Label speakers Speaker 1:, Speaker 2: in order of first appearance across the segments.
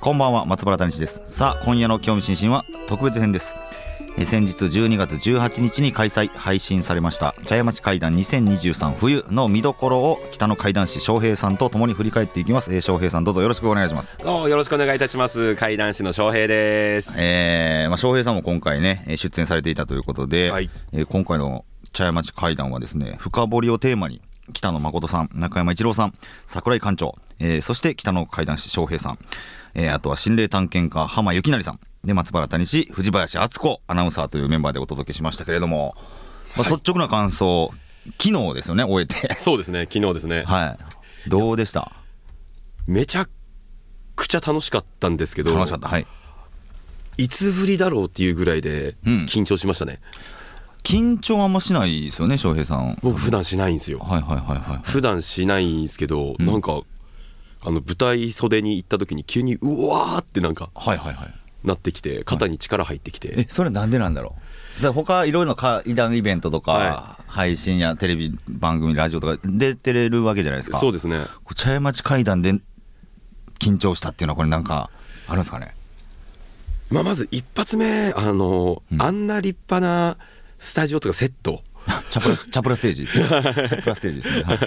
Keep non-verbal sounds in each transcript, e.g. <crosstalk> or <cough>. Speaker 1: こんばんは松原谷史ですさあ今夜の興味津々は特別編ですえー先日12月18日に開催配信されました茶屋町会談2023冬の見どころを北の怪談師翔平さんとともに振り返っていきます、えー、翔平さんどうぞよろしくお願いします
Speaker 2: どうもよろしくお願いいたします。怪談師の翔平です。
Speaker 1: えーまあ、翔平さんも今回ねえー出演されていたということで、
Speaker 2: はい
Speaker 1: えー今回の茶屋町会談はですね深掘りをテーマに北野誠さん中山一郎さん桜井館長、えーそして北野怪談師翔平さん、えーあとは心霊探検家浜幸成さんで松原谷氏藤林敦子アナウンサーというメンバーでお届けしましたけれども、まあ率直な感想昨日ですよね終えて <laughs>
Speaker 2: そうですね、昨日ですね。
Speaker 1: はいどうでした
Speaker 2: めちゃくちゃ楽しかったんですけど、
Speaker 1: 楽しかったはい
Speaker 2: いつぶりだろうっていうぐらいで
Speaker 1: うん
Speaker 2: 緊張しましたね。
Speaker 1: 緊張はあんましないですよね翔平さん
Speaker 2: 僕普段しないんですよ。
Speaker 1: はいはいはいはい
Speaker 2: 普段しないんですけど、
Speaker 1: ん
Speaker 2: なんかあの舞台袖に行った時に急にうわーってなんか
Speaker 1: はいはいはい
Speaker 2: なってきて肩に力入ってきて、
Speaker 1: えそれなんでなんだろうだから他いろいろな会談イベントとか、
Speaker 2: は
Speaker 1: 配信やテレビ番組ラジオとか出てれるわけじゃないですか
Speaker 2: そうですね。
Speaker 1: こう茶屋町会談で緊張したっていうのはこれなんかあるんですかね
Speaker 2: まあまず一発目あの、
Speaker 1: ん
Speaker 2: あんな立派なスタジオとかセット。
Speaker 1: チ
Speaker 2: <laughs>
Speaker 1: ャプラチャプラステージチャプラステージですね、はい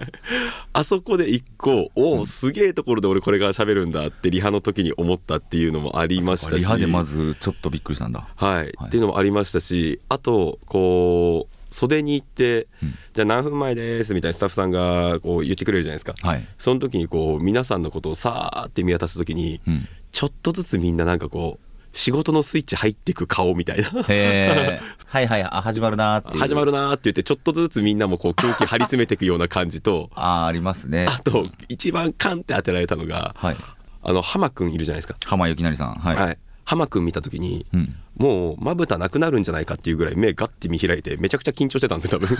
Speaker 2: あそこで一個おおすげえところで俺これから喋るんだってリハの時に思ったっていうのもありまし
Speaker 1: そ
Speaker 2: た
Speaker 1: う
Speaker 2: し
Speaker 1: リハでまずちょっとびっくりしたんだ
Speaker 2: はい、
Speaker 1: はい
Speaker 2: っていうのもありましたしあとこう袖に行って、
Speaker 1: うん
Speaker 2: じゃあ何分前ですみたいなスタッフさんがこう言ってくれるじゃないですか、
Speaker 1: はい、
Speaker 2: その時にこう皆さんのことをさーって見渡す時に、
Speaker 1: うん、
Speaker 2: ちょっとずつみんななんかこう仕事のスイッチ入ってく顔みたいな
Speaker 1: へー
Speaker 2: <laughs>
Speaker 1: はいはいあ始まるなーっていう
Speaker 2: 始まるなーって言ってちょっとずつみんなもこう空気張り詰めていくような感じと
Speaker 1: あーありますね
Speaker 2: あと一番カンって当てられたのが
Speaker 1: はい
Speaker 2: あの浜くんいるじゃないですか
Speaker 1: 浜幸成さんはい、
Speaker 2: はい、浜君見た時に、
Speaker 1: うん
Speaker 2: もうまぶたなくなるんじゃないかっていうぐらい目ガッて見開いてめちゃくちゃ緊張してたんですよ
Speaker 1: <laughs>
Speaker 2: 多分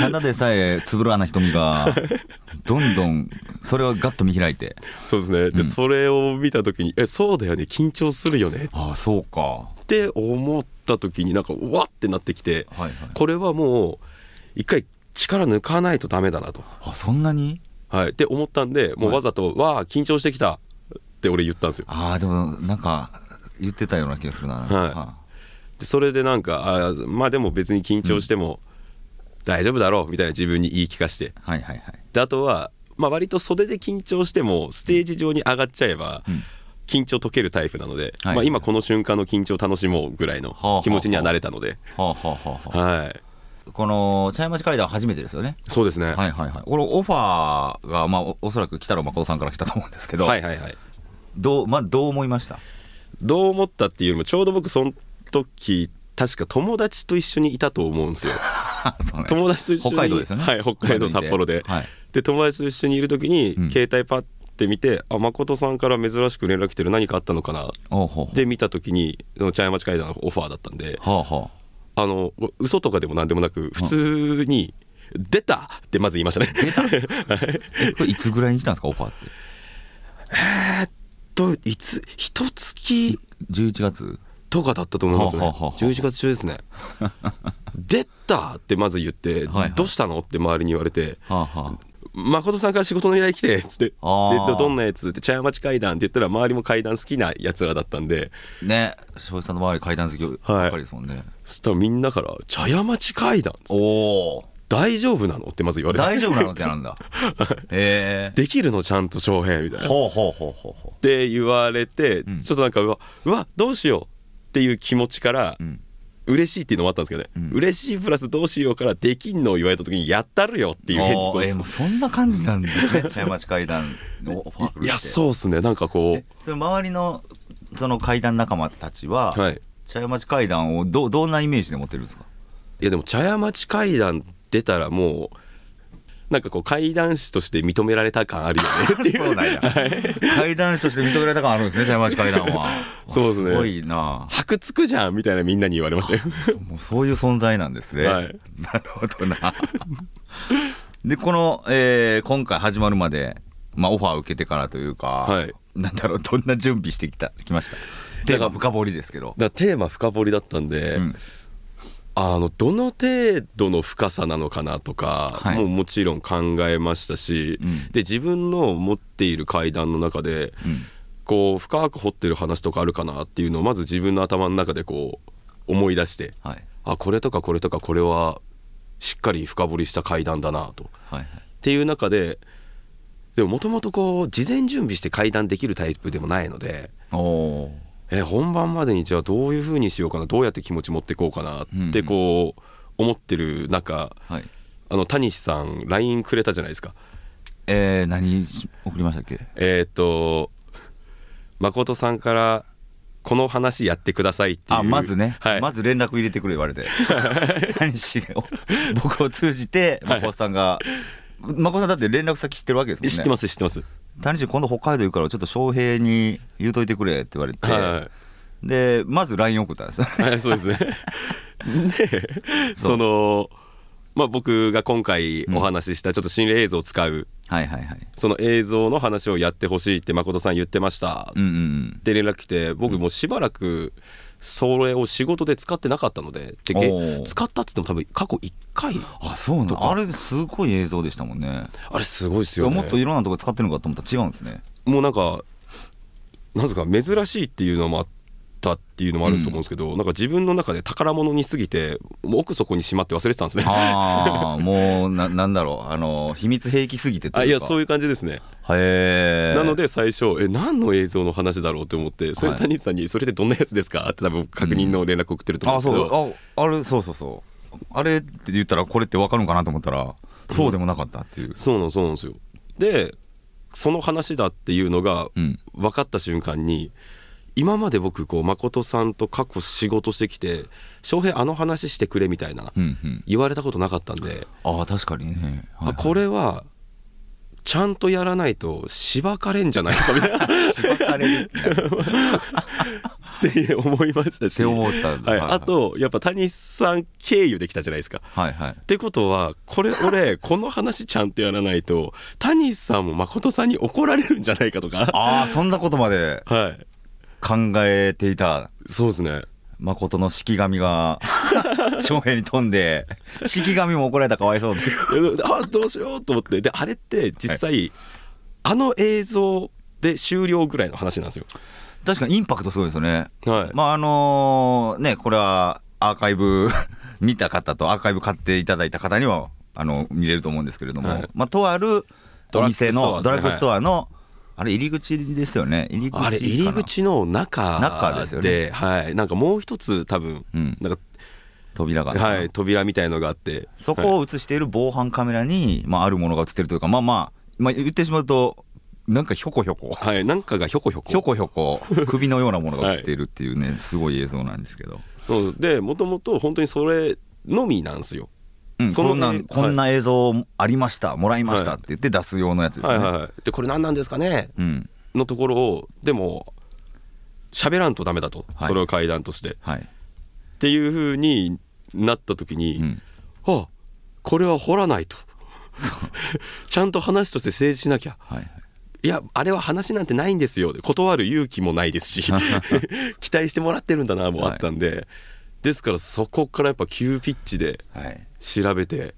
Speaker 1: ただでさえつぶらな瞳がどんどんそれをガッと見開いて
Speaker 2: そうですねで、
Speaker 1: うん
Speaker 2: それを見た時にえそうだよね緊張するよね
Speaker 1: ああそうかは
Speaker 2: って思った時になんかうわってなってきて
Speaker 1: いはい
Speaker 2: これはもう一回力抜かないとダメだなと、
Speaker 1: あそんなに
Speaker 2: はい、って思ったんでもうわざと「わあ緊張してきた」って俺言ったんですよ
Speaker 1: ああでもなんか言ってたような気がするななんか
Speaker 2: はいでそれでなんかあーまあでも別に緊張しても大丈夫だろうみたいな自分に言い聞かして
Speaker 1: はいはいはい
Speaker 2: であとは、まあ、割と袖で緊張してもステージ上に上がっちゃえば、
Speaker 1: うん
Speaker 2: 緊張解けるタイプなので、
Speaker 1: はい
Speaker 2: まあ、今この瞬間の緊張を楽しもうぐらいの
Speaker 1: あはあ
Speaker 2: 気持ちには慣れたので、
Speaker 1: はあはあはあはあ
Speaker 2: はい、
Speaker 1: この茶屋町会談初めてですよね
Speaker 2: そうです
Speaker 1: は
Speaker 2: ね、
Speaker 1: いはいはいこのオファーがまあおおそらく北野誠さんから来たと思うんですけど、
Speaker 2: はいはいはい
Speaker 1: どうまあどう思いました <laughs>
Speaker 2: どう思ったっていうよりもちょうど僕その時確か友達と一緒にいたと思うんですよ
Speaker 1: そうね
Speaker 2: 友達と一緒に
Speaker 1: 北海道ですよね
Speaker 2: はい、北海道札幌で、
Speaker 1: はい
Speaker 2: で友達と一緒にいる時に、
Speaker 1: うん
Speaker 2: 携帯パッて見てあ誠さんから珍しく連絡来てる何かあったのかな
Speaker 1: おうほうほう
Speaker 2: で見た時にその茶屋町会談のオファーだったんで
Speaker 1: はあは
Speaker 2: あの嘘とかでも何でもなく普通に「出た!」ってまず言いましたね。
Speaker 1: あ出たえこれいつぐらいに来たんですかオファーって
Speaker 2: <laughs> といつ一月
Speaker 1: 11月
Speaker 2: とかだったと思います
Speaker 1: は
Speaker 2: ね
Speaker 1: あはあはあはあ
Speaker 2: 11月中
Speaker 1: <laughs>
Speaker 2: ですね「出た!」ってまず言って
Speaker 1: はいはい
Speaker 2: どうしたの?」って周りに言われて
Speaker 1: はあは
Speaker 2: 「誠さんから仕事の依頼来て」っつって「で
Speaker 1: あー
Speaker 2: どんなやつ?」って「茶屋町会談」って言ったら周りも会談好きなやつらだったんで
Speaker 1: あね翔平さんの周り階段好きばっかりですもんね、
Speaker 2: そしたらみんなから「茶屋町会談っつ
Speaker 1: お
Speaker 2: って
Speaker 1: お
Speaker 2: 大丈夫なの?」ってまず言われて
Speaker 1: 大丈夫なのってなん
Speaker 2: <laughs>
Speaker 1: だえ
Speaker 2: 「できるのちゃんと翔平」みたいな
Speaker 1: え。ほうほうほうほうほ
Speaker 2: って言われて、
Speaker 1: ん
Speaker 2: ちょっとなんかうわうわどうしようっていう気持ちから、
Speaker 1: う、うん、
Speaker 2: 嬉しいっていうのもあったんですけどね、
Speaker 1: うん
Speaker 2: 嬉しいプラスどうしようからできんのを言われた時にやったるよっていう変にこ
Speaker 1: お
Speaker 2: う
Speaker 1: ーえーもうそんな感じなんですね茶屋町階段のオファー
Speaker 2: いや
Speaker 1: う
Speaker 2: そうっすねなんかこ
Speaker 1: その周りのその階段仲間たちは、
Speaker 2: うはい
Speaker 1: 茶屋町階段をどどんなイメージで持ってるんですか
Speaker 2: いやでも茶屋町会談出たらもうなんかこう怪談師として認められた感あ
Speaker 1: <laughs>
Speaker 2: るよねっていう
Speaker 1: そうなんや。怪談師として認められた感あるんですね、茶屋町怪談は。
Speaker 2: そうですね
Speaker 1: すごいな
Speaker 2: 箔つくじゃんみたいなみんなに言われ
Speaker 1: <laughs>
Speaker 2: ましたよ
Speaker 1: もうそういう存在なんですね。
Speaker 2: はい
Speaker 1: なるほどな。 <laughs> で、この、えー今回始まるまで、まあ、オファー受けてからというか、
Speaker 2: はい
Speaker 1: なんだろう、どんな準備してきた、きました。テーマ深掘りですけど。
Speaker 2: だからテーマ深掘りだったんで、
Speaker 1: うん
Speaker 2: あのどの程度の深さなのかなとか、
Speaker 1: はい
Speaker 2: もうもちろん考えましたし、
Speaker 1: うん
Speaker 2: で自分の持っている階段の中
Speaker 1: う
Speaker 2: で、
Speaker 1: ん
Speaker 2: こう深く掘ってる話とかあるかなっていうのをまず自分の頭の中でこう思い出して
Speaker 1: はい。
Speaker 2: あこれとかこれとかこれはしっかり深掘りした階段だなと。
Speaker 1: はいはい。
Speaker 2: っていう中ででももともとこう事前準備して階段できるタイプでもないので。
Speaker 1: おおー。
Speaker 2: え本番までにじゃあどういうふうにしようかなどうやって気持ち持っていこうかな
Speaker 1: うんう
Speaker 2: っ
Speaker 1: ん
Speaker 2: てこう思ってる中
Speaker 1: はい。
Speaker 2: あの谷さん LINE くれたじゃないですか
Speaker 1: えー、何し送りましたっけ
Speaker 2: えーっと誠さんからこの話やってくださいっていう
Speaker 1: あまずね、
Speaker 2: はい、
Speaker 1: まず連絡入れてくれ言 <laughs> われて谷氏を僕を通じて誠さんが、誠さんだって連絡先知ってるわけですもんね
Speaker 2: 知ってます知ってます、
Speaker 1: 谷氏今度北海道行くからちょっと翔平に言うといてくれって言われて、
Speaker 2: は
Speaker 1: でまず LINE 送ったんですよ
Speaker 2: い、はい、そうで
Speaker 1: <laughs>
Speaker 2: すねでそのまあ僕が今回お話ししたちょっと心霊映像を使う
Speaker 1: はいはいはい
Speaker 2: その映像の話をやってほしいって誠さん言ってました
Speaker 1: うんうんうん
Speaker 2: で連絡来て僕もうしばらくそれを仕事で使ってなかったのででけ
Speaker 1: おー
Speaker 2: 使ったっつっても多分過去1回
Speaker 1: あそうなん
Speaker 2: と
Speaker 1: だ
Speaker 2: か
Speaker 1: あれすごい映像でしたもんね
Speaker 2: あれすごいです
Speaker 1: いや
Speaker 2: よ、ね、
Speaker 1: もっといろんなとこ使ってるのかと思ったら違うんですね
Speaker 2: もうなんかなんですか珍しいっていうのもあったっていうのもあると思うんですけど、なんか自分の中で宝物にすぎてもう奥底にしまって忘れてたんですね
Speaker 1: ああもうななんだろうあの秘密兵器すぎてと
Speaker 2: あいやそ
Speaker 1: い
Speaker 2: う
Speaker 1: う
Speaker 2: いう感じですね、
Speaker 1: かへえ
Speaker 2: なので最初え何の映像の話だろうって思ってそれ
Speaker 1: はい
Speaker 2: 谷さんに「それってどんなやつですか?」って多分確認の連絡送ってると思うん
Speaker 1: あ
Speaker 2: ですけど、
Speaker 1: そうああれそうそうそうあれって言ったらこれって分かるんかなと思ったらそうでもなかったっていう、
Speaker 2: そうなんそうなんですよでその話だっていうのが
Speaker 1: うん
Speaker 2: 分かった瞬間に今まで僕こう誠さんと過去仕事してきて「翔平あの話してくれ」みたいな
Speaker 1: うんうん
Speaker 2: 言われたことなかったんで、
Speaker 1: ああ確かにね、はい
Speaker 2: あこれはちゃんとやらないとしばかれんじゃない <laughs> かみたいなっ
Speaker 1: 縛られ <laughs> るって
Speaker 2: て思いましたし、
Speaker 1: 思ったんだ
Speaker 2: はい、あとやっぱ谷さん経由できたじゃないですか。
Speaker 1: はいはい
Speaker 2: ってことはこれ <laughs> 俺この話ちゃんとやらないと谷さんも誠さんに怒られるんじゃないかとか
Speaker 1: ああそんなことまで
Speaker 2: はい
Speaker 1: 考えていた
Speaker 2: そうですね
Speaker 1: 誠の式神
Speaker 2: <laughs>
Speaker 1: が翔平に飛んで式神も怒られたかわいそうという
Speaker 2: いや <laughs> あどうしようと思ってであれって実際、あの映像で終了ぐらいの話なんですよ
Speaker 1: 確かにインパクトすごいですよね
Speaker 2: はい、
Speaker 1: まああのねこれはアーカイブ <laughs> 見た方とアーカイブ買っていただいた方にはあの見れると思うんですけれども、
Speaker 2: はい
Speaker 1: まあとあるお店のド
Speaker 2: ド
Speaker 1: ラ
Speaker 2: ラ
Speaker 1: ッ
Speaker 2: ッ
Speaker 1: グ
Speaker 2: グ
Speaker 1: ス
Speaker 2: ス
Speaker 1: ト
Speaker 2: ト
Speaker 1: アの、あれ入り口ですよね入り口かな
Speaker 2: あれ入り口の中
Speaker 1: 中ですよね
Speaker 2: はい、なんかもう一つ多分、
Speaker 1: うん
Speaker 2: なんか
Speaker 1: 扉が、
Speaker 2: はい、扉みたいのがあって
Speaker 1: そこを映している防犯カメラに、まあ、あるものが映ってるというかまあまあ、まあ、言ってしまうとなんかひょこひょ
Speaker 2: <laughs>
Speaker 1: こ
Speaker 2: はい、なんかがひょこひょこ
Speaker 1: ひょこひょこ首のようなものが映っているっていうね、すごい映像なんですけど、
Speaker 2: そうでもともと本当にそれのみなんですよ
Speaker 1: うん、
Speaker 2: その
Speaker 1: こんな
Speaker 2: はい
Speaker 1: こんな映像ありましたもらいましたって言って出す用のやつですね、
Speaker 2: はいはいはいでこれ何なんですかね
Speaker 1: うん
Speaker 2: のところをでも喋らんとダメだと、
Speaker 1: はい
Speaker 2: それを階段としてっ
Speaker 1: はい、
Speaker 2: ていうふうになった時に、
Speaker 1: うん、
Speaker 2: あこれは掘らないと <laughs> ちゃんと話として成立しなきゃ
Speaker 1: はいはい
Speaker 2: いやあれは話なんてないんですよ断る勇気もないで
Speaker 1: <laughs>
Speaker 2: すし期待してもらってるんだなもあったんで、ですからそこからやっぱ急ピッチで
Speaker 1: はい
Speaker 2: 調べて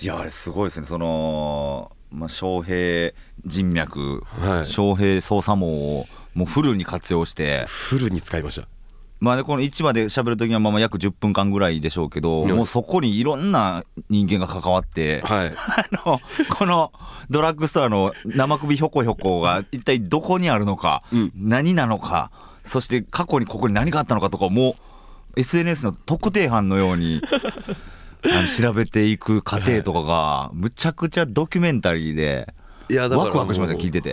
Speaker 1: いやあれすごいですねその、まあ、昌平人脈、
Speaker 2: はい
Speaker 1: 昌平捜査網をもうフルに活用して
Speaker 2: フルに使いました
Speaker 1: まあね、この市場で喋る時にはまあまあ約10分間ぐらいでしょうけど、
Speaker 2: うん
Speaker 1: もうそこにいろんな人間が関わって、
Speaker 2: はい
Speaker 1: あのこのドラッグストアの生首ひょこひょこが一体どこにあるのか、
Speaker 2: うん
Speaker 1: 何なのかそして過去にここに何があったのかとかもう SNS の特定班のように <laughs> あの調べていく過程とかがむちゃくちゃドキュメンタリーで
Speaker 2: いや
Speaker 1: ワクワクしました聞いてて。
Speaker 2: い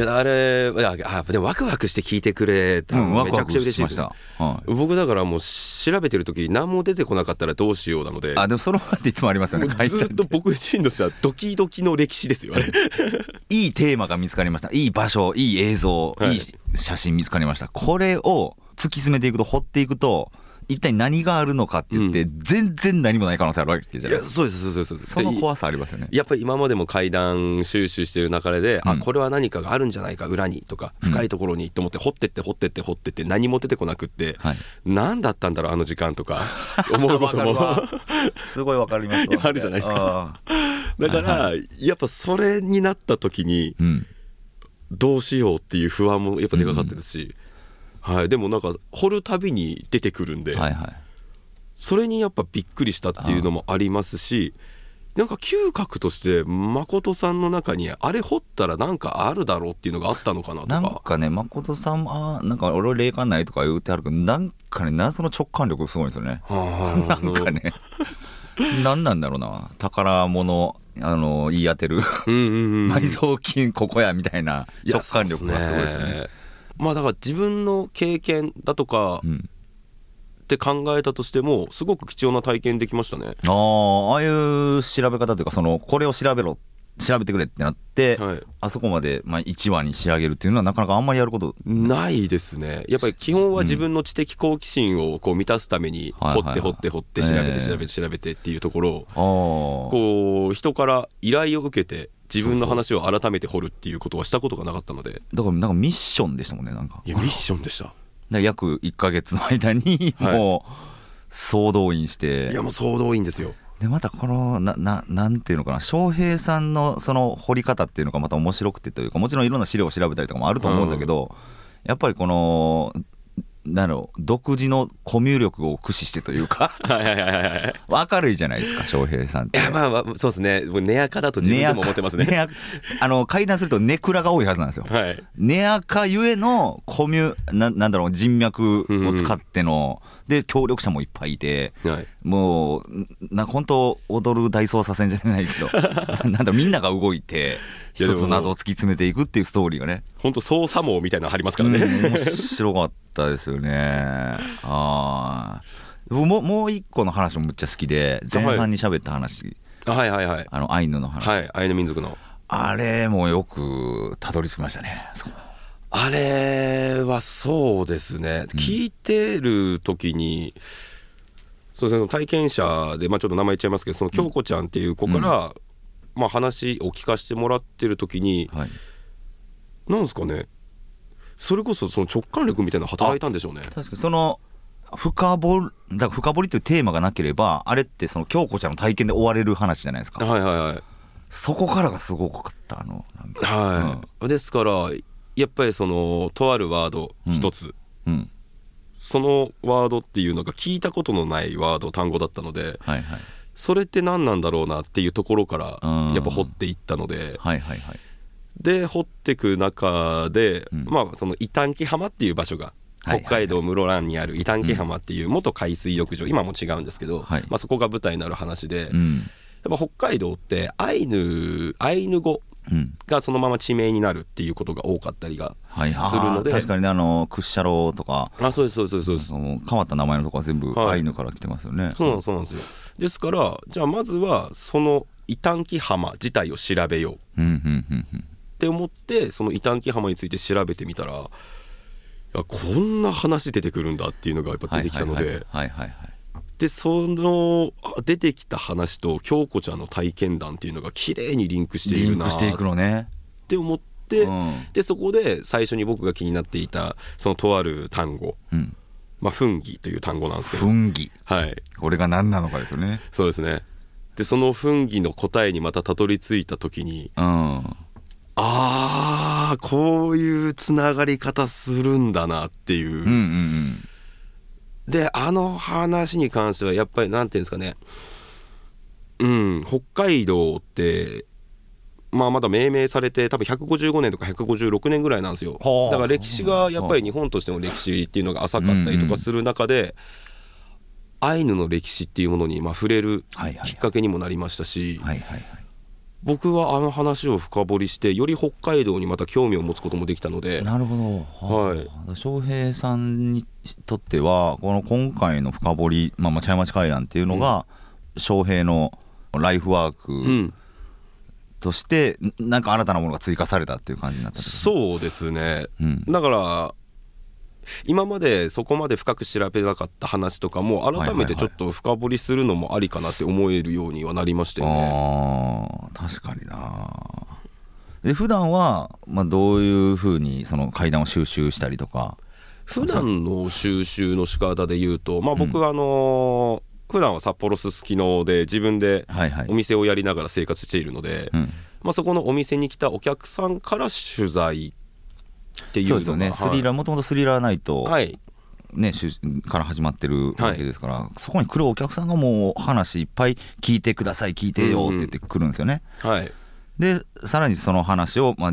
Speaker 2: いやあれいやあでもワクワクして聞いてくれた
Speaker 1: うん
Speaker 2: の
Speaker 1: ワ
Speaker 2: め
Speaker 1: ク
Speaker 2: ち
Speaker 1: ワ
Speaker 2: ゃく
Speaker 1: ク
Speaker 2: ちゃ嬉し
Speaker 1: し
Speaker 2: い
Speaker 1: ま
Speaker 2: です
Speaker 1: し
Speaker 2: ね
Speaker 1: た。はい
Speaker 2: 僕だからもう調べてる時何も出てこなかったらどうしようなので
Speaker 1: あでもそのっていつもありますよ
Speaker 2: も
Speaker 1: ね。
Speaker 2: うずっと僕自身としてはドキドキの歴史ですよあれ <laughs>
Speaker 1: いいテーマが見つかりましたいい場所いい映像、
Speaker 2: はい
Speaker 1: い、い写真見つかりましたこれを突き詰めていくと掘っていくと一体何があるのかって言って、全然何もない可能性あるわけじゃないい
Speaker 2: や
Speaker 1: ですか
Speaker 2: そうですそうですそうです
Speaker 1: その
Speaker 2: で
Speaker 1: 怖さありますよね
Speaker 2: やっぱり今までも階段収集してる中で、
Speaker 1: う
Speaker 2: あ
Speaker 1: ん
Speaker 2: これは何かがあるんじゃないか裏にとか
Speaker 1: うん
Speaker 2: 深いところにと思って掘ってって掘ってって掘ってって何も出てこなくって、
Speaker 1: はい
Speaker 2: 何だったんだろうあの時間とか
Speaker 1: <laughs>
Speaker 2: 思うことも
Speaker 1: すごいわかります
Speaker 2: わ今あるじゃないです
Speaker 1: か
Speaker 2: <laughs> だからやっぱそれになった時に
Speaker 1: うん
Speaker 2: どうしようっていう不安もやっぱ出かかってるし、はい、でもなんか掘るたびに出てくるんで、
Speaker 1: はいはい
Speaker 2: それにやっぱびっくりしたっていうのもありますしなんか嗅覚として誠さんの中にあれ掘ったらなんかあるだろうっていうのがあったのかなと
Speaker 1: な
Speaker 2: か
Speaker 1: んかね誠さんあーなんか俺霊感ないとか言うてはるけどなんかね謎の直感力すごいんですよね
Speaker 2: はあ
Speaker 1: なんかね何なんだろうな宝物あの言い当てる
Speaker 2: うんうんうん
Speaker 1: 埋蔵金ここやみたいない
Speaker 2: や
Speaker 1: 直感力がすごいですよ
Speaker 2: そうっ
Speaker 1: ね。
Speaker 2: ねまあだから自分の経験だとか
Speaker 1: うん
Speaker 2: って考えたとしてもすごく貴重な体験できましたね
Speaker 1: あーああいう調べ方というかそのこれを調べろ調べてくれってなって、
Speaker 2: はい
Speaker 1: あそこまで、まあ、1話に仕上げるっていうのはなかなかあんまりやること
Speaker 2: ないですねやっぱり基本は自分の知的好奇心をこう満たすために
Speaker 1: はいはいはい
Speaker 2: 掘って掘って掘って調べ
Speaker 1: ええ
Speaker 2: て調べて調べてっていうところを
Speaker 1: あー
Speaker 2: こう人から依頼を受けて自分の話を改めて掘るっていうことはしたことがなかったので
Speaker 1: だからなんかミッションでしたもんねなんか
Speaker 2: いやミッションでした
Speaker 1: で約1か月の間に
Speaker 2: はい
Speaker 1: もう総動員して
Speaker 2: いやもう総動員ですよ
Speaker 1: でまたこのなななんていうのかな翔平さんのその掘り方っていうのがまた面白くてというかもちろんいろんな資料を調べたりとかもあると思うんだけど、やっぱりこのなんだろう独自のコミュ力を駆使してという
Speaker 2: <laughs>
Speaker 1: か
Speaker 2: <laughs> はいはいはいはいはい
Speaker 1: 明るいじゃないですか翔平さんっ
Speaker 2: い
Speaker 1: て。
Speaker 2: やまあまあそうですねもう寝垢だ <laughs> と自分でも思ってますね
Speaker 1: 根やか根やかあの階段するとネクラが多いはずなんですよ。
Speaker 2: はい
Speaker 1: ネアカゆえのコミュななんだろう人脈を使っての、で協力者もいっぱいいて
Speaker 2: はい
Speaker 1: もうな本当踊る大捜査線じゃないけど
Speaker 2: <laughs>
Speaker 1: なんだみんなが動いて
Speaker 2: いやで
Speaker 1: 一
Speaker 2: も
Speaker 1: つの謎を突き詰めていくっていうストーリーがね
Speaker 2: 本当捜査網みたいなのありますか
Speaker 1: う
Speaker 2: ら
Speaker 1: ん
Speaker 2: ね、
Speaker 1: 面白かったですよねあーもうもう一個の話もむっちゃ好きで前半に喋った話、
Speaker 2: あ <laughs> はいはいはい
Speaker 1: あのアイヌの話、
Speaker 2: はいアイヌ民族の
Speaker 1: あれもよくたどり着きましたねそこ
Speaker 2: あれはそうですね、聞いてる時にそうですね体験者で、まあ、ちょっと名前言っちゃいますけどその京子ちゃんっていう子から、まあ、話を聞かせてもらってる時に
Speaker 1: はい
Speaker 2: なんですかねそれこそその直感力みたいなの働いたんでしょうね。
Speaker 1: 確かにその深掘るだから深掘りというテーマがなければあれってその京子ちゃんの体験で終われる話じゃないですか
Speaker 2: はいはいはい
Speaker 1: そこからがすごかったあのなんか
Speaker 2: はいですからやっぱりそのとあるワード一つ、
Speaker 1: うん
Speaker 2: そのワードっていうのが聞いたことのないワード単語だったので
Speaker 1: はいはい
Speaker 2: それって何なんだろうなっていうところから
Speaker 1: うん
Speaker 2: やっぱ掘っていったので、
Speaker 1: はいはいはい
Speaker 2: で掘ってく中で、
Speaker 1: うん
Speaker 2: まあその伊丹木浜っていう場所が
Speaker 1: はいはい
Speaker 2: 北海道室蘭にある伊丹木浜っていう元海水浴場、今も違うんですけど、
Speaker 1: はい
Speaker 2: まあ、そこが舞台になる話で、
Speaker 1: う
Speaker 2: やっ
Speaker 1: ん
Speaker 2: ぱ北海道ってアイヌアイヌ語
Speaker 1: うん
Speaker 2: がそのまま地名になるっていうことが多かったりが
Speaker 1: はい
Speaker 2: する
Speaker 1: は
Speaker 2: の
Speaker 1: い
Speaker 2: で
Speaker 1: 確かにねあの屈斜路とか
Speaker 2: あそうですそうですそうです、
Speaker 1: その変わった名前のとこは全部
Speaker 2: は
Speaker 1: ア
Speaker 2: い
Speaker 1: イヌから来てますよね、
Speaker 2: そうなんですそうなんですよですからじゃあまずはその伊丹木浜自体を調べよう
Speaker 1: うんうんうんうん
Speaker 2: って思ってその異端期浜について調べてみたらいやこんな話出てくるんだっていうのがやっぱ出てきたので、
Speaker 1: はいはいはいはいはい
Speaker 2: でそのあ出てきた話と京子ちゃんの体験談っていうのが綺麗にリンクしてい
Speaker 1: リ
Speaker 2: る
Speaker 1: ン
Speaker 2: な
Speaker 1: クしていく
Speaker 2: っ
Speaker 1: のね
Speaker 2: て思って、
Speaker 1: うん
Speaker 2: でそこで最初に僕が気になっていたそのとある単語
Speaker 1: うん
Speaker 2: 「まあ、フンギ」という単語なんですけど、
Speaker 1: 奮起
Speaker 2: はい、
Speaker 1: これが何なのかですよね
Speaker 2: そうですねでそのフンギの答えにまたたどり着いた時に
Speaker 1: うん
Speaker 2: あーこういうつながり方するんだなっていう。
Speaker 1: うんうんうん
Speaker 2: であの話に関してはやっぱりなんていうんですかねうん北海道ってまあまだ命名されて多分155年とか156年ぐらいなんですよ
Speaker 1: はあ
Speaker 2: だから歴史がやっぱり日本としての歴史っていうのが浅かったりとかする中で、アイヌの歴史っていうものにまあ触れる
Speaker 1: はいはい
Speaker 2: きっかけにもなりましたし、
Speaker 1: はいはいはい
Speaker 2: 僕はあの話を深掘りしてより北海道にまた興味を持つこともできたので
Speaker 1: なるほど、
Speaker 2: はい
Speaker 1: あ翔平さんにとってはこの今回の深掘り、まあ、まあ茶屋町会談っていうのが、翔平のライフワー
Speaker 2: う
Speaker 1: ク
Speaker 2: ん
Speaker 1: として、んなんか新たなものが追加されたっていう感じになったってこと
Speaker 2: そうですね
Speaker 1: うん
Speaker 2: だから今までそこまで深く調べなかった話とかも改めてちょっと深掘りするのもありかなって思えるようにはなりましたよね。
Speaker 1: あー確かになで普段はまあ、どういうふうにその階段を収集したりとか
Speaker 2: 普段の収集の仕方で言うと、まあ、僕はあのー普段は札幌すすきので自分で
Speaker 1: はいはい
Speaker 2: お店をやりながら生活しているので、
Speaker 1: うん、
Speaker 2: まあ、そこのお店に来たお客さんから取材っていう
Speaker 1: そう
Speaker 2: のが
Speaker 1: ですよね、
Speaker 2: はい
Speaker 1: スリラーもともとスリラーナイト、
Speaker 2: はい
Speaker 1: ね、しゅから始まってるわけですから、そこに来るお客さんがもう話いっぱい聞いてください聞いてよって言ってくるんですよね、
Speaker 2: はい
Speaker 1: でさらにその話を、ま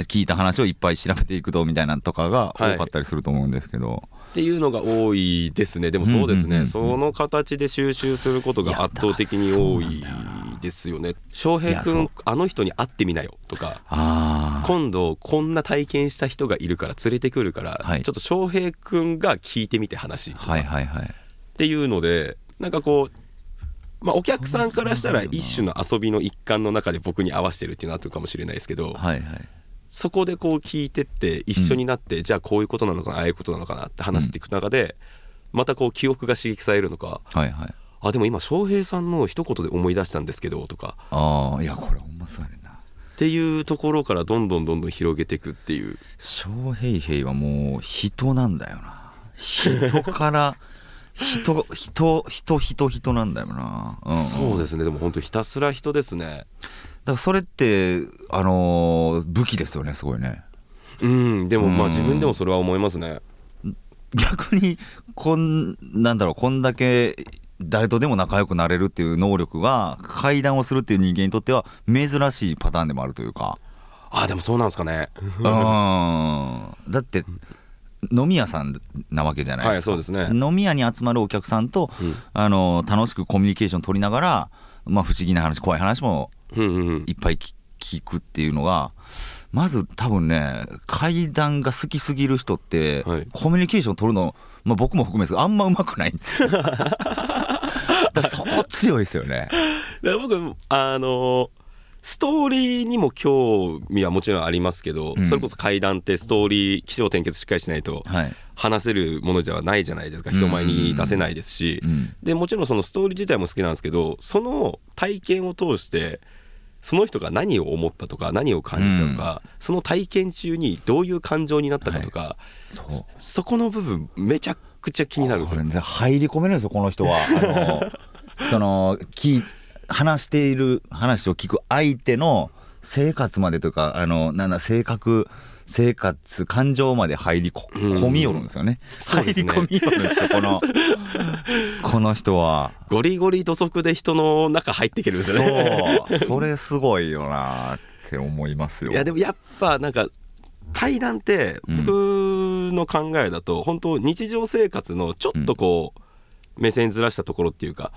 Speaker 1: あ、聞いた話をいっぱい調べていくとみたいなのとかが
Speaker 2: はい
Speaker 1: 多かったりすると思うんですけど、
Speaker 2: っていうのが多いですねでもそうです
Speaker 1: う
Speaker 2: ね、
Speaker 1: んうんうんうん
Speaker 2: その形で収集することが圧倒的に多いですよね翔平
Speaker 1: いやそ
Speaker 2: 君
Speaker 1: う
Speaker 2: あの人に会ってみなよとか
Speaker 1: ああ
Speaker 2: 今度こんな体験した人がいるから連れてくるから、
Speaker 1: はい
Speaker 2: ちょっと翔平君が聞いてみて話とか
Speaker 1: はいはいはい
Speaker 2: っていうのでなんかこう、まあ、お客さんからしたら一種の遊びの一環の中で僕に合わせてるっていうのはあるかもしれないですけ
Speaker 1: は
Speaker 2: ど
Speaker 1: いはい
Speaker 2: そこでこう聞いてって一緒になって、じゃあこういうことなのかなああいうことなのかなって話していく中で、またこう記憶が刺激されるのか
Speaker 1: はいはい
Speaker 2: あでも今翔平さんの一言で思い出したんですけどとか
Speaker 1: ああいやこれほんまそうやねんな
Speaker 2: っていうところからどんどんどんどん広げていくっていう
Speaker 1: 翔平平はもう人なんだよな人から <laughs> 人人人人人なんだよな、ん
Speaker 2: そうですねでも本当ひたすら人ですね
Speaker 1: だからそれってあのー武器ですよねすごいね
Speaker 2: うんでもま
Speaker 1: う
Speaker 2: あ
Speaker 1: ん
Speaker 2: 自分でもそれは思いますね
Speaker 1: 逆にこんなんだろうこんだけ誰とでも仲良くなれるっていう能力が会談をするっていう人間にとっては珍しいパターンでもあるというか
Speaker 2: あでもそうなんですかね
Speaker 1: うーんだって飲み屋さんなわけじゃない
Speaker 2: は
Speaker 1: で
Speaker 2: い
Speaker 1: すか、
Speaker 2: そうですね
Speaker 1: 飲み屋に集まるお客さんと、
Speaker 2: うん
Speaker 1: あの楽しくコミュニケーション取りながら、まあ、不思議な話怖い話も
Speaker 2: うんうん
Speaker 1: いっぱいき聞くっていうのがまず多分ね階段が好きすぎる人って、
Speaker 2: はい
Speaker 1: コミュニケーション取るの、まあ、僕も含めですけどあんまうまくないんですよ
Speaker 2: <laughs>
Speaker 1: だからそこ強いですよね
Speaker 2: で僕あのストーリーにも興味はもちろんありますけど、
Speaker 1: うん
Speaker 2: それこそ怪談ってストーリー起承転結しっかりしないと
Speaker 1: はい、
Speaker 2: 話せるものじゃないじゃないですか人前に出せないですし、
Speaker 1: うん、
Speaker 2: でもちろんそのストーリー自体も好きなんですけどその体験を通してその人が何を思ったとか何を感じたとか、その体験中にどういう感情になったかとか、
Speaker 1: そう
Speaker 2: そこの部分めちゃくちゃ気になるんです
Speaker 1: こ
Speaker 2: よ
Speaker 1: れ。ね入り込めるんですよこの人はあの
Speaker 2: <laughs>
Speaker 1: そのき話している話を聞く相手の生活までというかあのなんだ性格生活感情まで入りこ
Speaker 2: うん
Speaker 1: 込みよるんですよね
Speaker 2: そうで
Speaker 1: 入
Speaker 2: す
Speaker 1: り
Speaker 2: ね
Speaker 1: 込みよるんですよこ
Speaker 2: <laughs>
Speaker 1: のこの人は
Speaker 2: ゴリゴリ土足で人の中入っていけるんですよね。
Speaker 1: そうそれすごいよなって思いますよ
Speaker 2: いやでもやっぱなんか階段って僕の考えだと本当日常生活のちょっとこう目線ずらしたところっていうか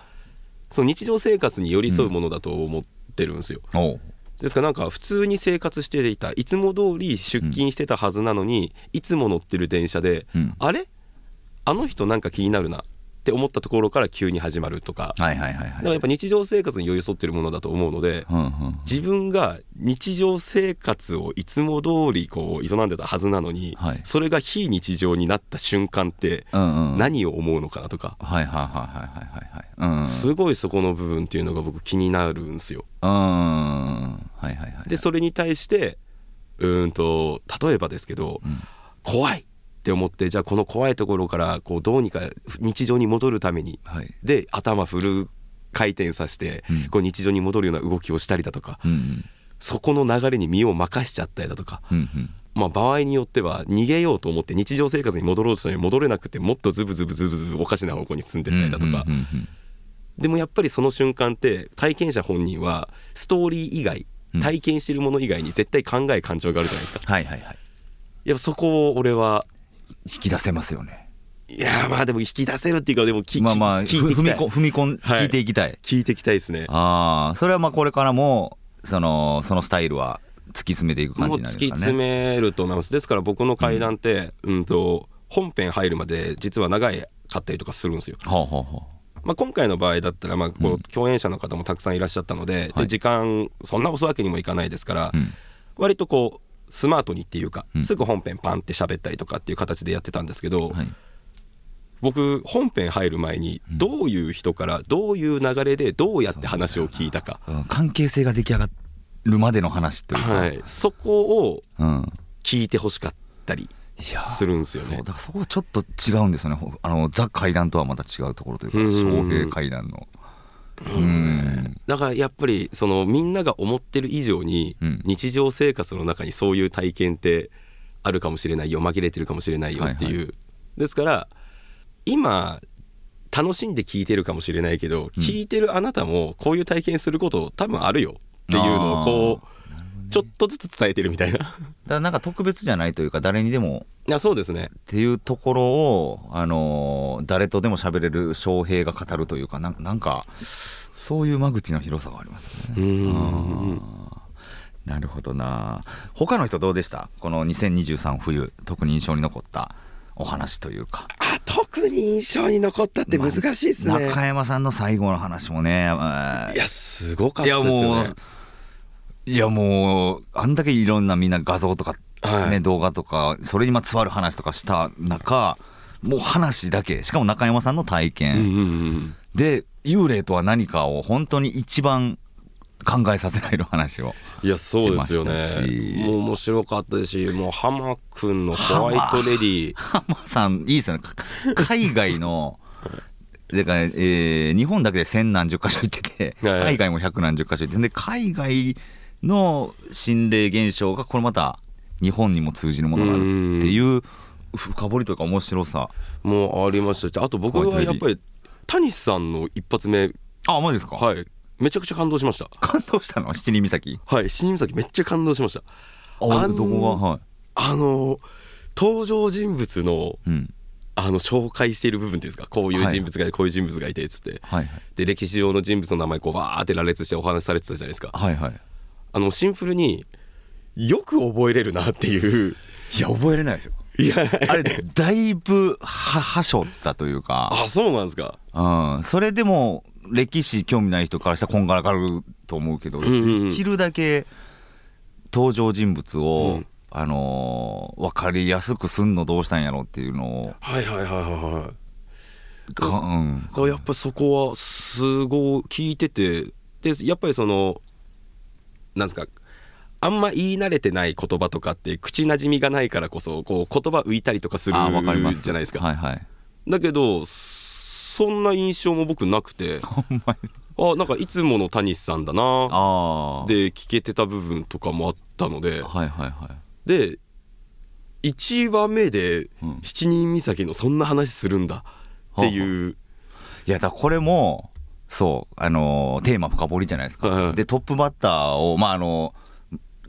Speaker 2: その日常生活に寄り添うものだと思ってるんですよ。
Speaker 1: おう
Speaker 2: ですからなんか普通に生活していたいつも通り出勤してたはずなのにいつも乗ってる電車で
Speaker 1: うん
Speaker 2: あれあの人なんか気になるなって思ったところから急に始まるとかだ
Speaker 1: はいはいはい
Speaker 2: から
Speaker 1: はい
Speaker 2: やっぱ日常生活に寄り添ってるものだと思うので
Speaker 1: うんうん
Speaker 2: 自分が日常生活をいつも通りこう営んでたはずなのに、
Speaker 1: はい
Speaker 2: それが非日常になった瞬間って
Speaker 1: うんうんはい
Speaker 2: 何を思うのかなとか、
Speaker 1: はいはいはいはいはいうんうん
Speaker 2: すごいそこの部分っていうのが僕気になるんですよ。
Speaker 1: うんはいはいはい
Speaker 2: でそれに対してうーんと例えばですけど、
Speaker 1: ん
Speaker 2: 怖いって思ってじゃあこの怖いところからこうどうにか日常に戻るために
Speaker 1: はい
Speaker 2: で頭フル回転させて、
Speaker 1: うん
Speaker 2: こう日常に戻るような動きをしたりだとか
Speaker 1: うん
Speaker 2: そこの流れに身を任しちゃったりだとか
Speaker 1: うんうん
Speaker 2: まあ、場合によっては逃げようと思って日常生活に戻ろうとしたのに戻れなくてもっとズブズブズブズブおかしな方向に進んでったりだとか、
Speaker 1: うんうんうん
Speaker 2: でもやっぱりその瞬間って体験者本人はストーリー以外
Speaker 1: うん
Speaker 2: 体験してるもの以外に絶対考え感情があるじゃないですか
Speaker 1: はいはいはい
Speaker 2: やっぱそこを俺は
Speaker 1: 引き出せますよね
Speaker 2: いやーまあでも引き出せるっていうかでもき
Speaker 1: まあまあ
Speaker 2: 聞いてい
Speaker 1: ふ踏
Speaker 2: き
Speaker 1: み
Speaker 2: たい
Speaker 1: 込踏み込ん
Speaker 2: はい
Speaker 1: 聞いていきたい、
Speaker 2: 聞いていきたいですね
Speaker 1: ああそれはまあこれからもそのそのスタイルは突き詰めていく感
Speaker 2: も
Speaker 1: じに
Speaker 2: う
Speaker 1: なる
Speaker 2: 突
Speaker 1: んで
Speaker 2: き
Speaker 1: すかね
Speaker 2: 詰めると思いますですから僕の階段って、うん、と本編入るまで実は長いかったりとかするんですよ、
Speaker 1: ほうほうほ
Speaker 2: まあ、今回の場合だったら、まあ、こう共演者の方もたくさんいらっしゃったので,、
Speaker 1: はい
Speaker 2: で時間そんな押すわけにもいかないですから、
Speaker 1: う、うん、
Speaker 2: 割とこうスマートにっていうか、
Speaker 1: うん
Speaker 2: すぐ本編パンって喋ったりとかっていう形でやってたんですけど、
Speaker 1: はい
Speaker 2: 僕本編入る前にどういう人からどういう流れでどうやって話を聞いたか、
Speaker 1: うん関係性が出来上がるまでの話というか、
Speaker 2: はい、そこを
Speaker 1: うん、
Speaker 2: 聞いてほしかったりするんですよ
Speaker 1: そう
Speaker 2: ね
Speaker 1: だ。からそこちょっと違うんですよねほあのザ・階段とはまた違うところというか
Speaker 2: うん
Speaker 1: 昌平階段のうん
Speaker 2: だからやっぱりそのみんなが思ってる以上に
Speaker 1: うん
Speaker 2: 日常生活の中にそういう体験ってあるかもしれないよ紛れてるかもしれないよっていう、
Speaker 1: はい
Speaker 2: ですから今楽しんで聞いてるかもしれないけど、聞いてるあなたもこういう体験すること多分あるよっていうのをこうちょっとずつ伝えてるみたいな <laughs>
Speaker 1: だからなんか特別じゃないというか誰にでも
Speaker 2: いやそうですね
Speaker 1: っていうところを、あのー誰とでも喋れる翔平が語るというかなんなんかそういう間口の広さがありますね。
Speaker 2: うん
Speaker 1: なるほどな他の人どうでしたこの2023冬特に印象に残ったお話というか
Speaker 2: あ特に印象に残ったって難しいっすね、
Speaker 1: 中山さんの最後の話もねあー
Speaker 2: いやすごかっ
Speaker 1: い
Speaker 2: た
Speaker 1: や
Speaker 2: ですよね
Speaker 1: もういやもうあんだけいろんなみんな画像とか、
Speaker 2: はい
Speaker 1: ね、動画とかそれにまつわる話とかした中もう話だけしかも中山さんの体
Speaker 2: うん
Speaker 1: 験、
Speaker 2: うんうん
Speaker 1: で幽霊とは何かを本当に一番考えさせられる話を
Speaker 2: いやそうですよね
Speaker 1: 来てましたし
Speaker 2: もう面白かったですしもうハマ君のホワイトレディ
Speaker 1: 浜さんいいですよねか海外のだから、えー日本だけで千何十箇所行ってて
Speaker 2: はい
Speaker 1: 海外も百何十箇所行っててで海外の心霊現象がこれまた日本にも通じるものがあるっていう深掘りというか面白さ
Speaker 2: もうありましたしあと僕
Speaker 1: ホワ
Speaker 2: は
Speaker 1: イト
Speaker 2: や
Speaker 1: レ
Speaker 2: っ
Speaker 1: ディ
Speaker 2: ぱり谷さんの一発目
Speaker 1: あマジですか、
Speaker 2: はいめちゃくちゃ感動しました
Speaker 1: 感動したの七人岬
Speaker 2: はい新岬めっちゃ感動しました
Speaker 1: あ
Speaker 2: あ
Speaker 1: どこがはい、
Speaker 2: あの登場人物の
Speaker 1: うん、
Speaker 2: あの紹介している部分っていうんですかこういう
Speaker 1: はい
Speaker 2: 人物がいてこういう人物がいてっつって
Speaker 1: はいはい
Speaker 2: で歴史上の人物の名前こうわーって羅列してお話しされてたじゃないですか
Speaker 1: はいはい
Speaker 2: あのシンプルによく覚えれるなっていう
Speaker 1: いや覚えれないですよ
Speaker 2: いや
Speaker 1: あれだいぶははしょったというか
Speaker 2: あそうなんですか
Speaker 1: うん、それでも歴史興味ない人からしたらこんがらがると思うけど、
Speaker 2: んうん
Speaker 1: できるだけ登場人物を、
Speaker 2: うん
Speaker 1: あの分かりやすくすんのどうしたんやろうっていうのを
Speaker 2: はいはいはいはいはい
Speaker 1: か、うん、
Speaker 2: だからやっぱそこはすごい聞いててでやっぱりそのなんですかあんま言い慣れてない言葉とかって口なじみがないからこそこう言葉浮いたりとかするじ
Speaker 1: あ
Speaker 2: ゃ
Speaker 1: ーわかります
Speaker 2: ないですか
Speaker 1: はいはい
Speaker 2: だけどそんな印象も僕なくて
Speaker 1: <laughs> ほんまに
Speaker 2: あなんかいつもの谷さんだな
Speaker 1: ああ
Speaker 2: で聞けてた部分とかもあったので
Speaker 1: はいはいはい
Speaker 2: で1話目で
Speaker 1: うん
Speaker 2: 七人岬のそんな話するんだっていう、
Speaker 1: いやだからこれもそうあのーテーマ深掘りじゃないですか、
Speaker 2: はいはい
Speaker 1: でトップバッターをまああの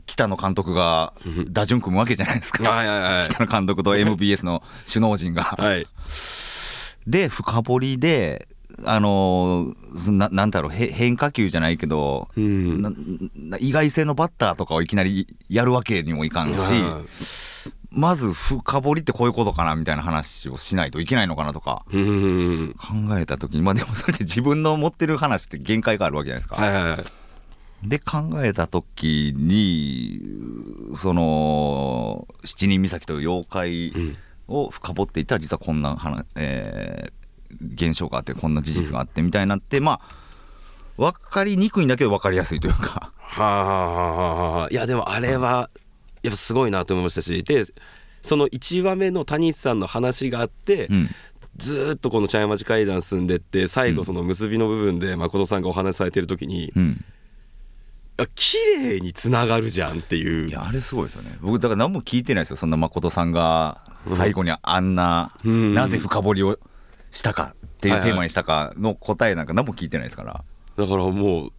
Speaker 1: 北野監督が打順組むわけじゃないですか、
Speaker 2: はいはいはい
Speaker 1: 北野監督と MBS の首脳陣が
Speaker 2: はい
Speaker 1: で深掘りであのーそななんだろうへ変化球じゃないけど、
Speaker 2: うん
Speaker 1: なな意外性のバッターとかをいきなりやるわけにもいかんし、
Speaker 2: はい
Speaker 1: まず深掘りってこういうことかなみたいな話をしないといけないのかなとか
Speaker 2: うん
Speaker 1: 考えた時にまあでもそれって自分の持ってる話って限界があるわけじゃないですか。
Speaker 2: はいはいはい
Speaker 1: で考えた時にその七人岬という妖怪を深掘っていったら実はこんな話、えー現象があってこんな事実があってみたいになって、まあ分かりにくいんだけど分かりやすいというか
Speaker 2: はあはあはあはあいやでもあれはやっぱすごいなと思いましたしでその1話目の谷さんの話があって、
Speaker 1: <laughs> うん
Speaker 2: ずーっとこの茶屋町階段進んでって最後その結びの部分で誠さんがお話しされてる時に、
Speaker 1: うん
Speaker 2: あ綺麗につながるじゃんっていう
Speaker 1: いやあれすごいですよね僕だから何も聞いてないですよそんな誠さんが最後にあんな、
Speaker 2: うん
Speaker 1: なぜ深掘りをしたかっていう
Speaker 2: はいはい
Speaker 1: テーマにしたかの答えなんか何も聞いてないですから。
Speaker 2: だからもう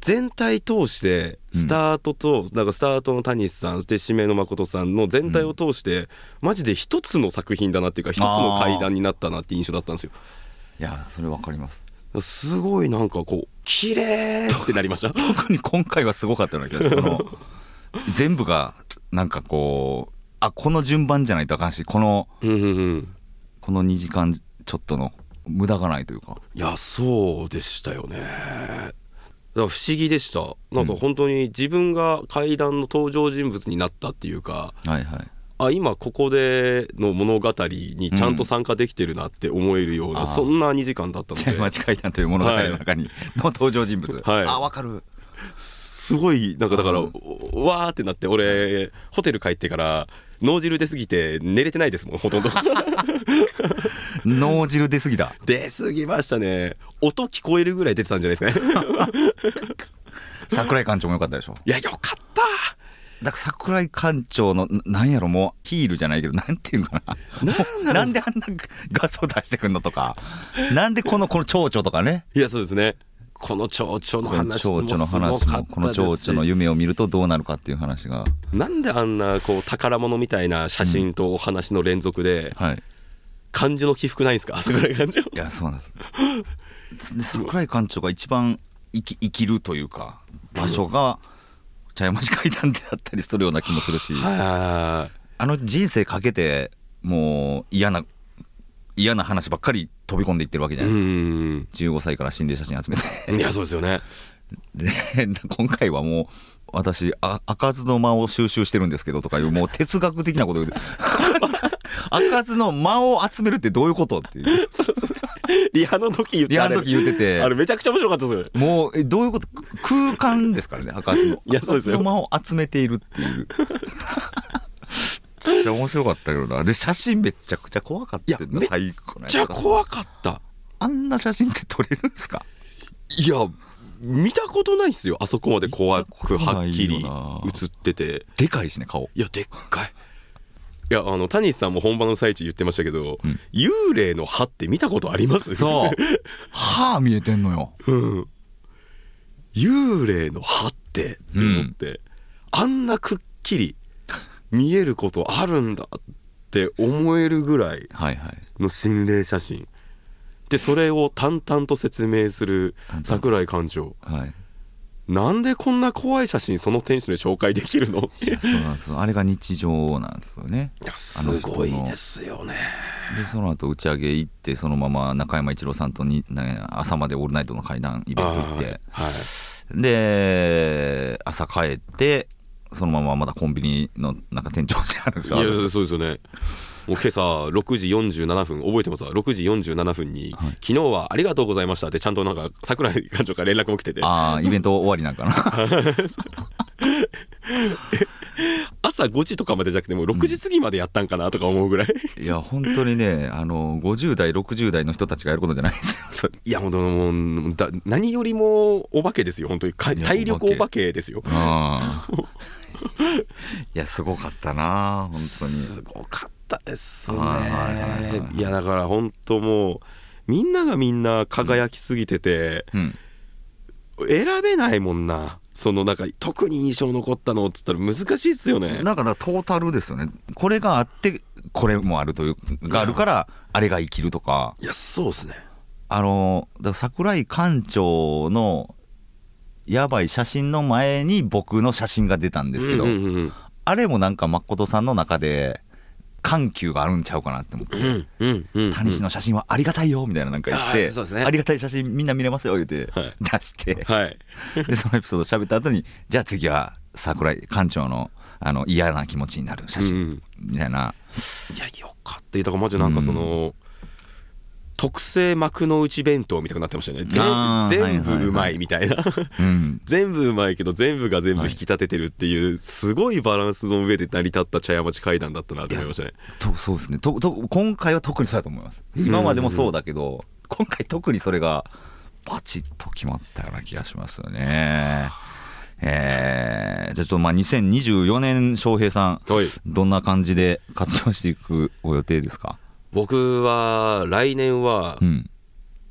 Speaker 2: 全体通してスタートと、なんかスタートの谷さんで指名の誠さんの全体を通して、マジで一つの作品だなっていうか一つの階段になったなって印象だったんですよ。
Speaker 1: いやそれ分かります
Speaker 2: すごいなんかこう綺麗ってなりました
Speaker 1: 特に今回はすごかったような気がするその全部がなんかこうあこの順番じゃないとあかんしこの
Speaker 2: <laughs> うんうんうん
Speaker 1: この2時間ちょっとの無駄がないというか
Speaker 2: いやそうでしたよねだから不思議でしたなんか本当に自分が階段の登場人物になったっていうか
Speaker 1: はいはい
Speaker 2: あ今ここでの物語にちゃんと参加できてるなって思えるような、
Speaker 1: うん
Speaker 2: そんな2時間だった
Speaker 1: 「
Speaker 2: ので
Speaker 1: 町階段」という物語の中に、の <laughs> 登場人物、
Speaker 2: はい
Speaker 1: あわかる
Speaker 2: すごいなんかだから、
Speaker 1: うん
Speaker 2: おわーってなって俺ホテル帰ってから脳汁出すぎて寝れてないですもんほとん
Speaker 1: <laughs>
Speaker 2: ど
Speaker 1: 脳汁出すぎだ
Speaker 2: 出すぎましたね音聞こえるぐらい出てたんじゃないで
Speaker 1: <laughs>
Speaker 2: すかね
Speaker 1: 桜井館長もよかったでしょ
Speaker 2: いやよかった
Speaker 1: だから桜井館長のななんやろもうヒールじゃないけどなんていうのかな
Speaker 2: なん
Speaker 1: もうなんであんな画像出してくんのとかなんでこのこの蝶々とかね
Speaker 2: いやそうですねこの蝶々の
Speaker 1: この
Speaker 2: 話
Speaker 1: 蝶
Speaker 2: も
Speaker 1: 々の
Speaker 2: すご
Speaker 1: 話
Speaker 2: か
Speaker 1: もこの
Speaker 2: った
Speaker 1: 蝶
Speaker 2: で
Speaker 1: 々
Speaker 2: すし
Speaker 1: の夢を見るとどうなるかっていう話が
Speaker 2: なんであんなこう宝物みたいな写真とお話の連続で
Speaker 1: はい
Speaker 2: 漢字の起伏ないんですか桜井漢字
Speaker 1: いやそうなんですで桜井館長が一番生き生きるというか場所が茶屋町階段であったりするような気もする <laughs> し
Speaker 2: は
Speaker 1: あの人生かけてもう嫌な嫌な話ばっかり飛び込んでいってるわけじ
Speaker 2: い
Speaker 1: ゃ
Speaker 2: う
Speaker 1: ないですか、
Speaker 2: ん
Speaker 1: 15歳から心霊写真集めて
Speaker 2: いやそうですよね
Speaker 1: で <laughs> 今回はもう私あ開かずの間を収集してるんですけどとかいうも <laughs> う哲学的なこと言うて <laughs> 開かずの間を集めるってどういうことって
Speaker 2: <laughs>
Speaker 1: いう
Speaker 2: そうですねリハの時言って
Speaker 1: リハ
Speaker 2: あれ
Speaker 1: の時言ってて
Speaker 2: あれめちゃくちゃ面白かったですよね
Speaker 1: もうえどういうこと空間ですからね博士の
Speaker 2: <laughs> いやそうですよ
Speaker 1: 博士の間を集めているって
Speaker 2: <laughs>
Speaker 1: いうめっちゃ面白かったけどなで写真めちゃくちゃ怖かったよない
Speaker 2: や
Speaker 1: 最高の
Speaker 2: め
Speaker 1: や
Speaker 2: っ
Speaker 1: つ
Speaker 2: ちゃ怖かった
Speaker 1: あんな写真って撮れるんですか
Speaker 2: いや見たことないっすよあそこまで怖くはっき
Speaker 1: 見
Speaker 2: り
Speaker 1: たことないよな
Speaker 2: 映ってて
Speaker 1: でかいしね顔
Speaker 2: いやでっかいいやあの谷さんも本番の最中言ってましたけど、
Speaker 1: うん
Speaker 2: 幽霊の歯って見たことあります
Speaker 1: そう歯見えてんのよ
Speaker 2: うん、幽霊の歯ってって思って、あんなくっきり見えることあるんだって思えるぐらい
Speaker 1: はいはい
Speaker 2: の心霊写真でそれを淡々と説明する桜井館長
Speaker 1: はい
Speaker 2: なんでこんな怖い写真その店主で紹介できるのい
Speaker 1: そうなんですよあれが日常なんですよね
Speaker 2: やすごいですよね
Speaker 1: でその後打ち上げ行ってそのまま中山一郎さんとにね朝までオールナイトの会談イベント行っ
Speaker 2: あ
Speaker 1: て
Speaker 2: ーはい
Speaker 1: で朝帰ってそのまままだコンビニのなんか店長してあるんですよ
Speaker 2: いやそうですよねもう今朝6時47分覚えてますわ6時47分に、
Speaker 1: はい
Speaker 2: 昨日はありがとうございました」ってちゃんとなんか桜井館長から連絡も来てて
Speaker 1: ああイベント終わりなんかな <laughs>
Speaker 2: 朝5時とかまでじゃなくてもう6時過ぎまでやったんかなとか思うぐらい、 <laughs>
Speaker 1: いや本当にねあの50代60代の人たちがやることじゃないですよそれ
Speaker 2: いやもうもうもうだ何よりもお化けですよ本当にか
Speaker 1: いや
Speaker 2: 体力
Speaker 1: お化け
Speaker 2: お化けですよ <laughs>
Speaker 1: ああいやすごかったな本当に
Speaker 2: すごかったですね
Speaker 1: はいはいはいはい
Speaker 2: いやだから本当もうみんながみんな輝きすぎてて、
Speaker 1: うん
Speaker 2: 選べないもんなそのなんか特に印象残ったのっつったら難しいですよね
Speaker 1: なんかだからトータルですよねこれがあってこれもあるというがあるからあれが生きるとか
Speaker 2: いやそうですね
Speaker 1: あのだから桜井館長のやばい写真の前に僕の写真が出たんですけど、
Speaker 2: うんうん
Speaker 1: あれもなんか誠さんの中で緩急があるんちゃうかなって思って。
Speaker 2: うんうんうんうん
Speaker 1: 谷氏の写真はありがたいよみたいななんか言って
Speaker 2: あーそうですね
Speaker 1: ありがたい写真みんな見れますよ言って
Speaker 2: はい
Speaker 1: 出して、
Speaker 2: はい
Speaker 1: でそのエピソード喋った後にじゃあ次は桜井館長のあの嫌な気持ちになる写
Speaker 2: う
Speaker 1: 真
Speaker 2: ん
Speaker 1: みたいな、
Speaker 2: いやよかっただからマジでなんかその、特製幕の内弁当みたいになってましたよね全
Speaker 1: あー
Speaker 2: 全
Speaker 1: はいはいは
Speaker 2: 部
Speaker 1: いう
Speaker 2: まいみたいな <laughs>
Speaker 1: うん、
Speaker 2: 全部うまいけど全部が全部
Speaker 1: はい
Speaker 2: 引き立ててるっていう、すごいバランスの上で成り立った茶屋町会談だったなと思いましたね
Speaker 1: とそうですねとと今回は特にそうだと思います今までもそうだけど、今回特にそれがバチッと決まったような気がしますよねえー、じゃあちょっとまあ2024年翔平さん
Speaker 2: はい
Speaker 1: どんな感じで活動していくご予定ですか
Speaker 2: 僕は来年は、
Speaker 1: うん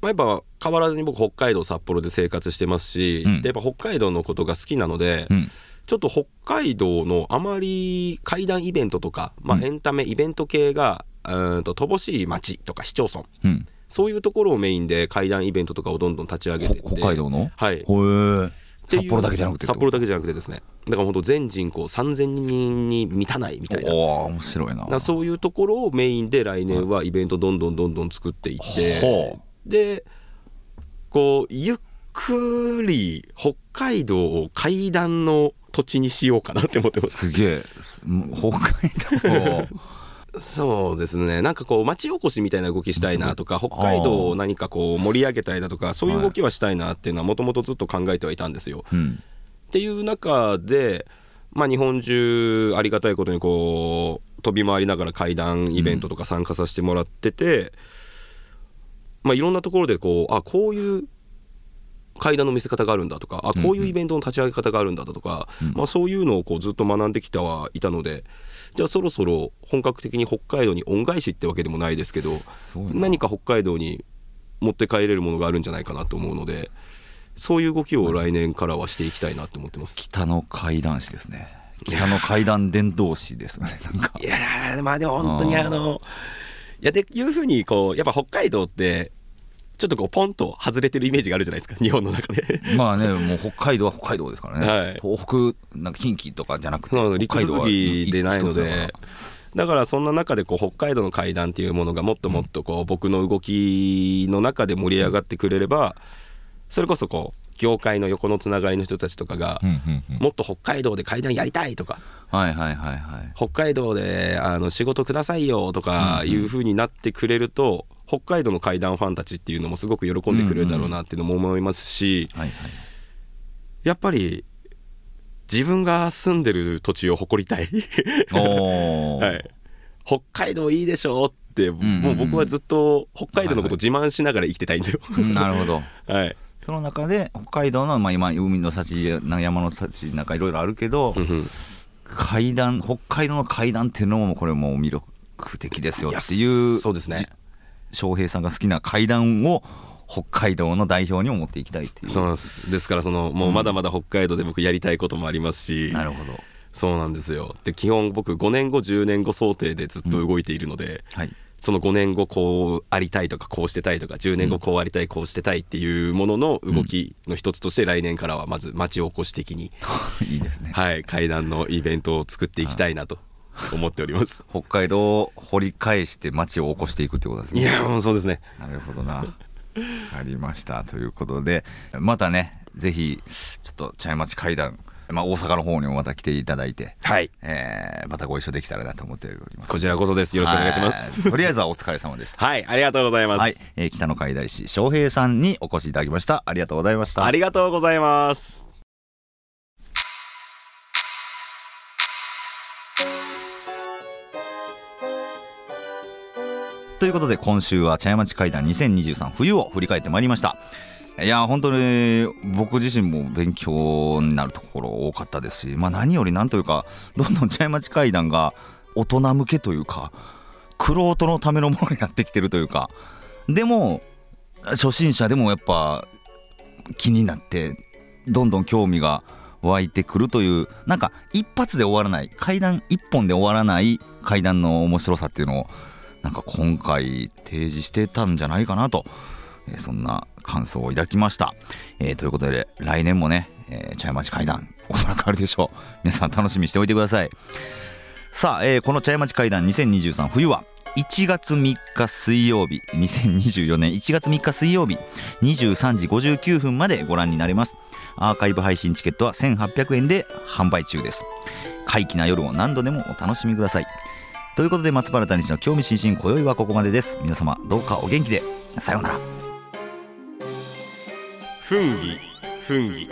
Speaker 2: まあ、やっぱ変わらずに僕北海道札幌で生活してますし、
Speaker 1: うん
Speaker 2: でやっぱ北海道のことが好きなので、
Speaker 1: うん
Speaker 2: ちょっと北海道のあまり怪談イベントとか、ま
Speaker 1: う
Speaker 2: あ、
Speaker 1: ん
Speaker 2: エンタメイベント系が、うーんと乏しい町とか市町村
Speaker 1: うん
Speaker 2: そういうところをメインで会談イベントとかをどんどん立ち上げてって
Speaker 1: ほ北海道の
Speaker 2: はい
Speaker 1: へえ
Speaker 2: っていう
Speaker 1: 札幌だけじゃなくて
Speaker 2: 札幌だけじゃなくてですねだから本当全人口3000人に満たないみたいなだ
Speaker 1: おおー面白いな
Speaker 2: からそういうところをメインで来年はイベントどんどんどんどん作っていって、
Speaker 1: ほ
Speaker 2: でこうゆっくり北海道を階段の土地にしようかなって思ってます
Speaker 1: すげえす北海道
Speaker 2: <laughs>
Speaker 1: を
Speaker 2: そうですねなんかこう町おこしみたいな動きしたいなとか北海道を何かこう盛り上げたいだとかそういう動きはしたいなっていうのはもともとずっと考えてはいたんですよ。
Speaker 1: うん
Speaker 2: っていう中で、まあ、日本中ありがたいことにこう飛び回りながら会談イベントとか参加させてもらってて、まあ、いろんなところでこうあこういう会談の見せ方があるんだとかあこういうイベントの立ち上げ方があるんだとか、まあ、そういうのをこうずっと学んできてはいたのでじゃあそろそろ本格的に北海道に恩返しってわけでもないですけど
Speaker 1: ごいな
Speaker 2: 何か北海道に持って帰れるものがあるんじゃないかなと思うので。そういう動きを来年からはしていきたいなって思ってます。
Speaker 1: 北の怪談師ですね北の怪談伝道師ですよ
Speaker 2: <laughs>
Speaker 1: ねなんか
Speaker 2: いやーまあでも本当に
Speaker 1: あー
Speaker 2: あのいやでいうふうにこうやっぱ北海道ってちょっとこうポンと外れてるイメージがあるじゃないですか <laughs> 日本の中で。
Speaker 1: まあねもう北海道は北海道ですからね、
Speaker 2: はい
Speaker 1: 東北なんか近畿とかじゃなくて
Speaker 2: そうなの
Speaker 1: 北
Speaker 2: 陸
Speaker 1: 海道
Speaker 2: 続
Speaker 1: は
Speaker 2: きでないの
Speaker 1: 一つだ
Speaker 2: で
Speaker 1: か
Speaker 2: だからそんな中でこう北海道の会談っていうものがもっともっとこう僕の動きの中で盛り上がってくれればそれこそこう業界の横のつながりの人たちとか
Speaker 1: ら
Speaker 2: が
Speaker 1: うんうんうん
Speaker 2: もっと北海道で会談やりたいとか
Speaker 1: はいはいはいはい
Speaker 2: 北海道であの仕事くださいよとかいう風になってくれると、北海道の怪談ファンたちっていうのもすごく喜んでくれるだろうなっていうのも思いますし、
Speaker 1: はいはい
Speaker 2: <laughs> やっぱり自分が住んでる土地を誇りた
Speaker 1: <laughs>
Speaker 2: い、
Speaker 1: おー
Speaker 2: はい、北海道いいでしょって、
Speaker 1: ん
Speaker 2: もう僕はずっと北海道のこと自慢しながら生きてたいんですよ。
Speaker 1: うんなるほど
Speaker 2: <laughs> はい、
Speaker 1: その中で北海道の、まあ、今海の幸山の幸なんかいろいろあるけど、階段北海道の階段っていうのもこれもう魅力的ですよ
Speaker 2: いや
Speaker 1: っていう
Speaker 2: そうですね
Speaker 1: じ翔平さんが好きな階段を北海道の代表にも持っていきたいっていう
Speaker 2: そうなんですですからそのもうまだまだ北海道で僕やりたいこともありますし、
Speaker 1: なるほど
Speaker 2: そうなんですよで基本僕5年後10年後想定でずっと動いているので、 <laughs>
Speaker 1: はい
Speaker 2: その5年後こうありたいとかこうしてたいとか10年後こうありたいこうしてたいっていうものの動きの一つとして来年からはまず町おこし的に、
Speaker 1: いいですね
Speaker 2: はい、会談のイベントを作っていきたいなと思っております。
Speaker 1: 北海道を掘り返して町を起こしていくってことですね
Speaker 2: <laughs> いやもうそうですね。
Speaker 1: なるほどな。ありましたということでまたねぜひちょっと茶屋町会談、まあ、大阪の方にもまた来ていただいて、
Speaker 2: はい。
Speaker 1: えーまたご一緒できたらなと思っております。
Speaker 2: こちらこそです。よろしくお願いします
Speaker 1: は。とりあえずはお疲れ様でした。
Speaker 2: はい、ありがとうございます。
Speaker 1: はい、えー北の海大師翔平さんにお越しいただきました。ありがとうございました。
Speaker 2: ありがとうございます。
Speaker 1: ということで今週は茶屋町会談2023冬を振り返ってまいりましたいや本当に僕自身も勉強になるところ多かったですし、まあ、何よりなんというかどんどん茶屋町会談が大人向けというか玄人のためのものになってきてるというかでも初心者でもやっぱ気になってどんどん興味が湧いてくるというなんか一発で終わらない階段一本で終わらない階段の面白さっていうのをなんか今回提示してたんじゃないかなと、えーそんな感想を抱きました、えーということで来年もね、えー茶屋町会談おそらくあるでしょう皆さん楽しみにしておいてくださいさあ、えーこの茶屋町会談2023冬は1月3日水曜日2024年1月3日水曜日23時59分までご覧になれますアーカイブ配信チケットは1800円で販売中です怪奇な夜を何度でもお楽しみくださいということで松原谷氏の興味津々今宵はここまでです皆様どうかお元気でさようなら
Speaker 2: ふんぎ、ふんぎ。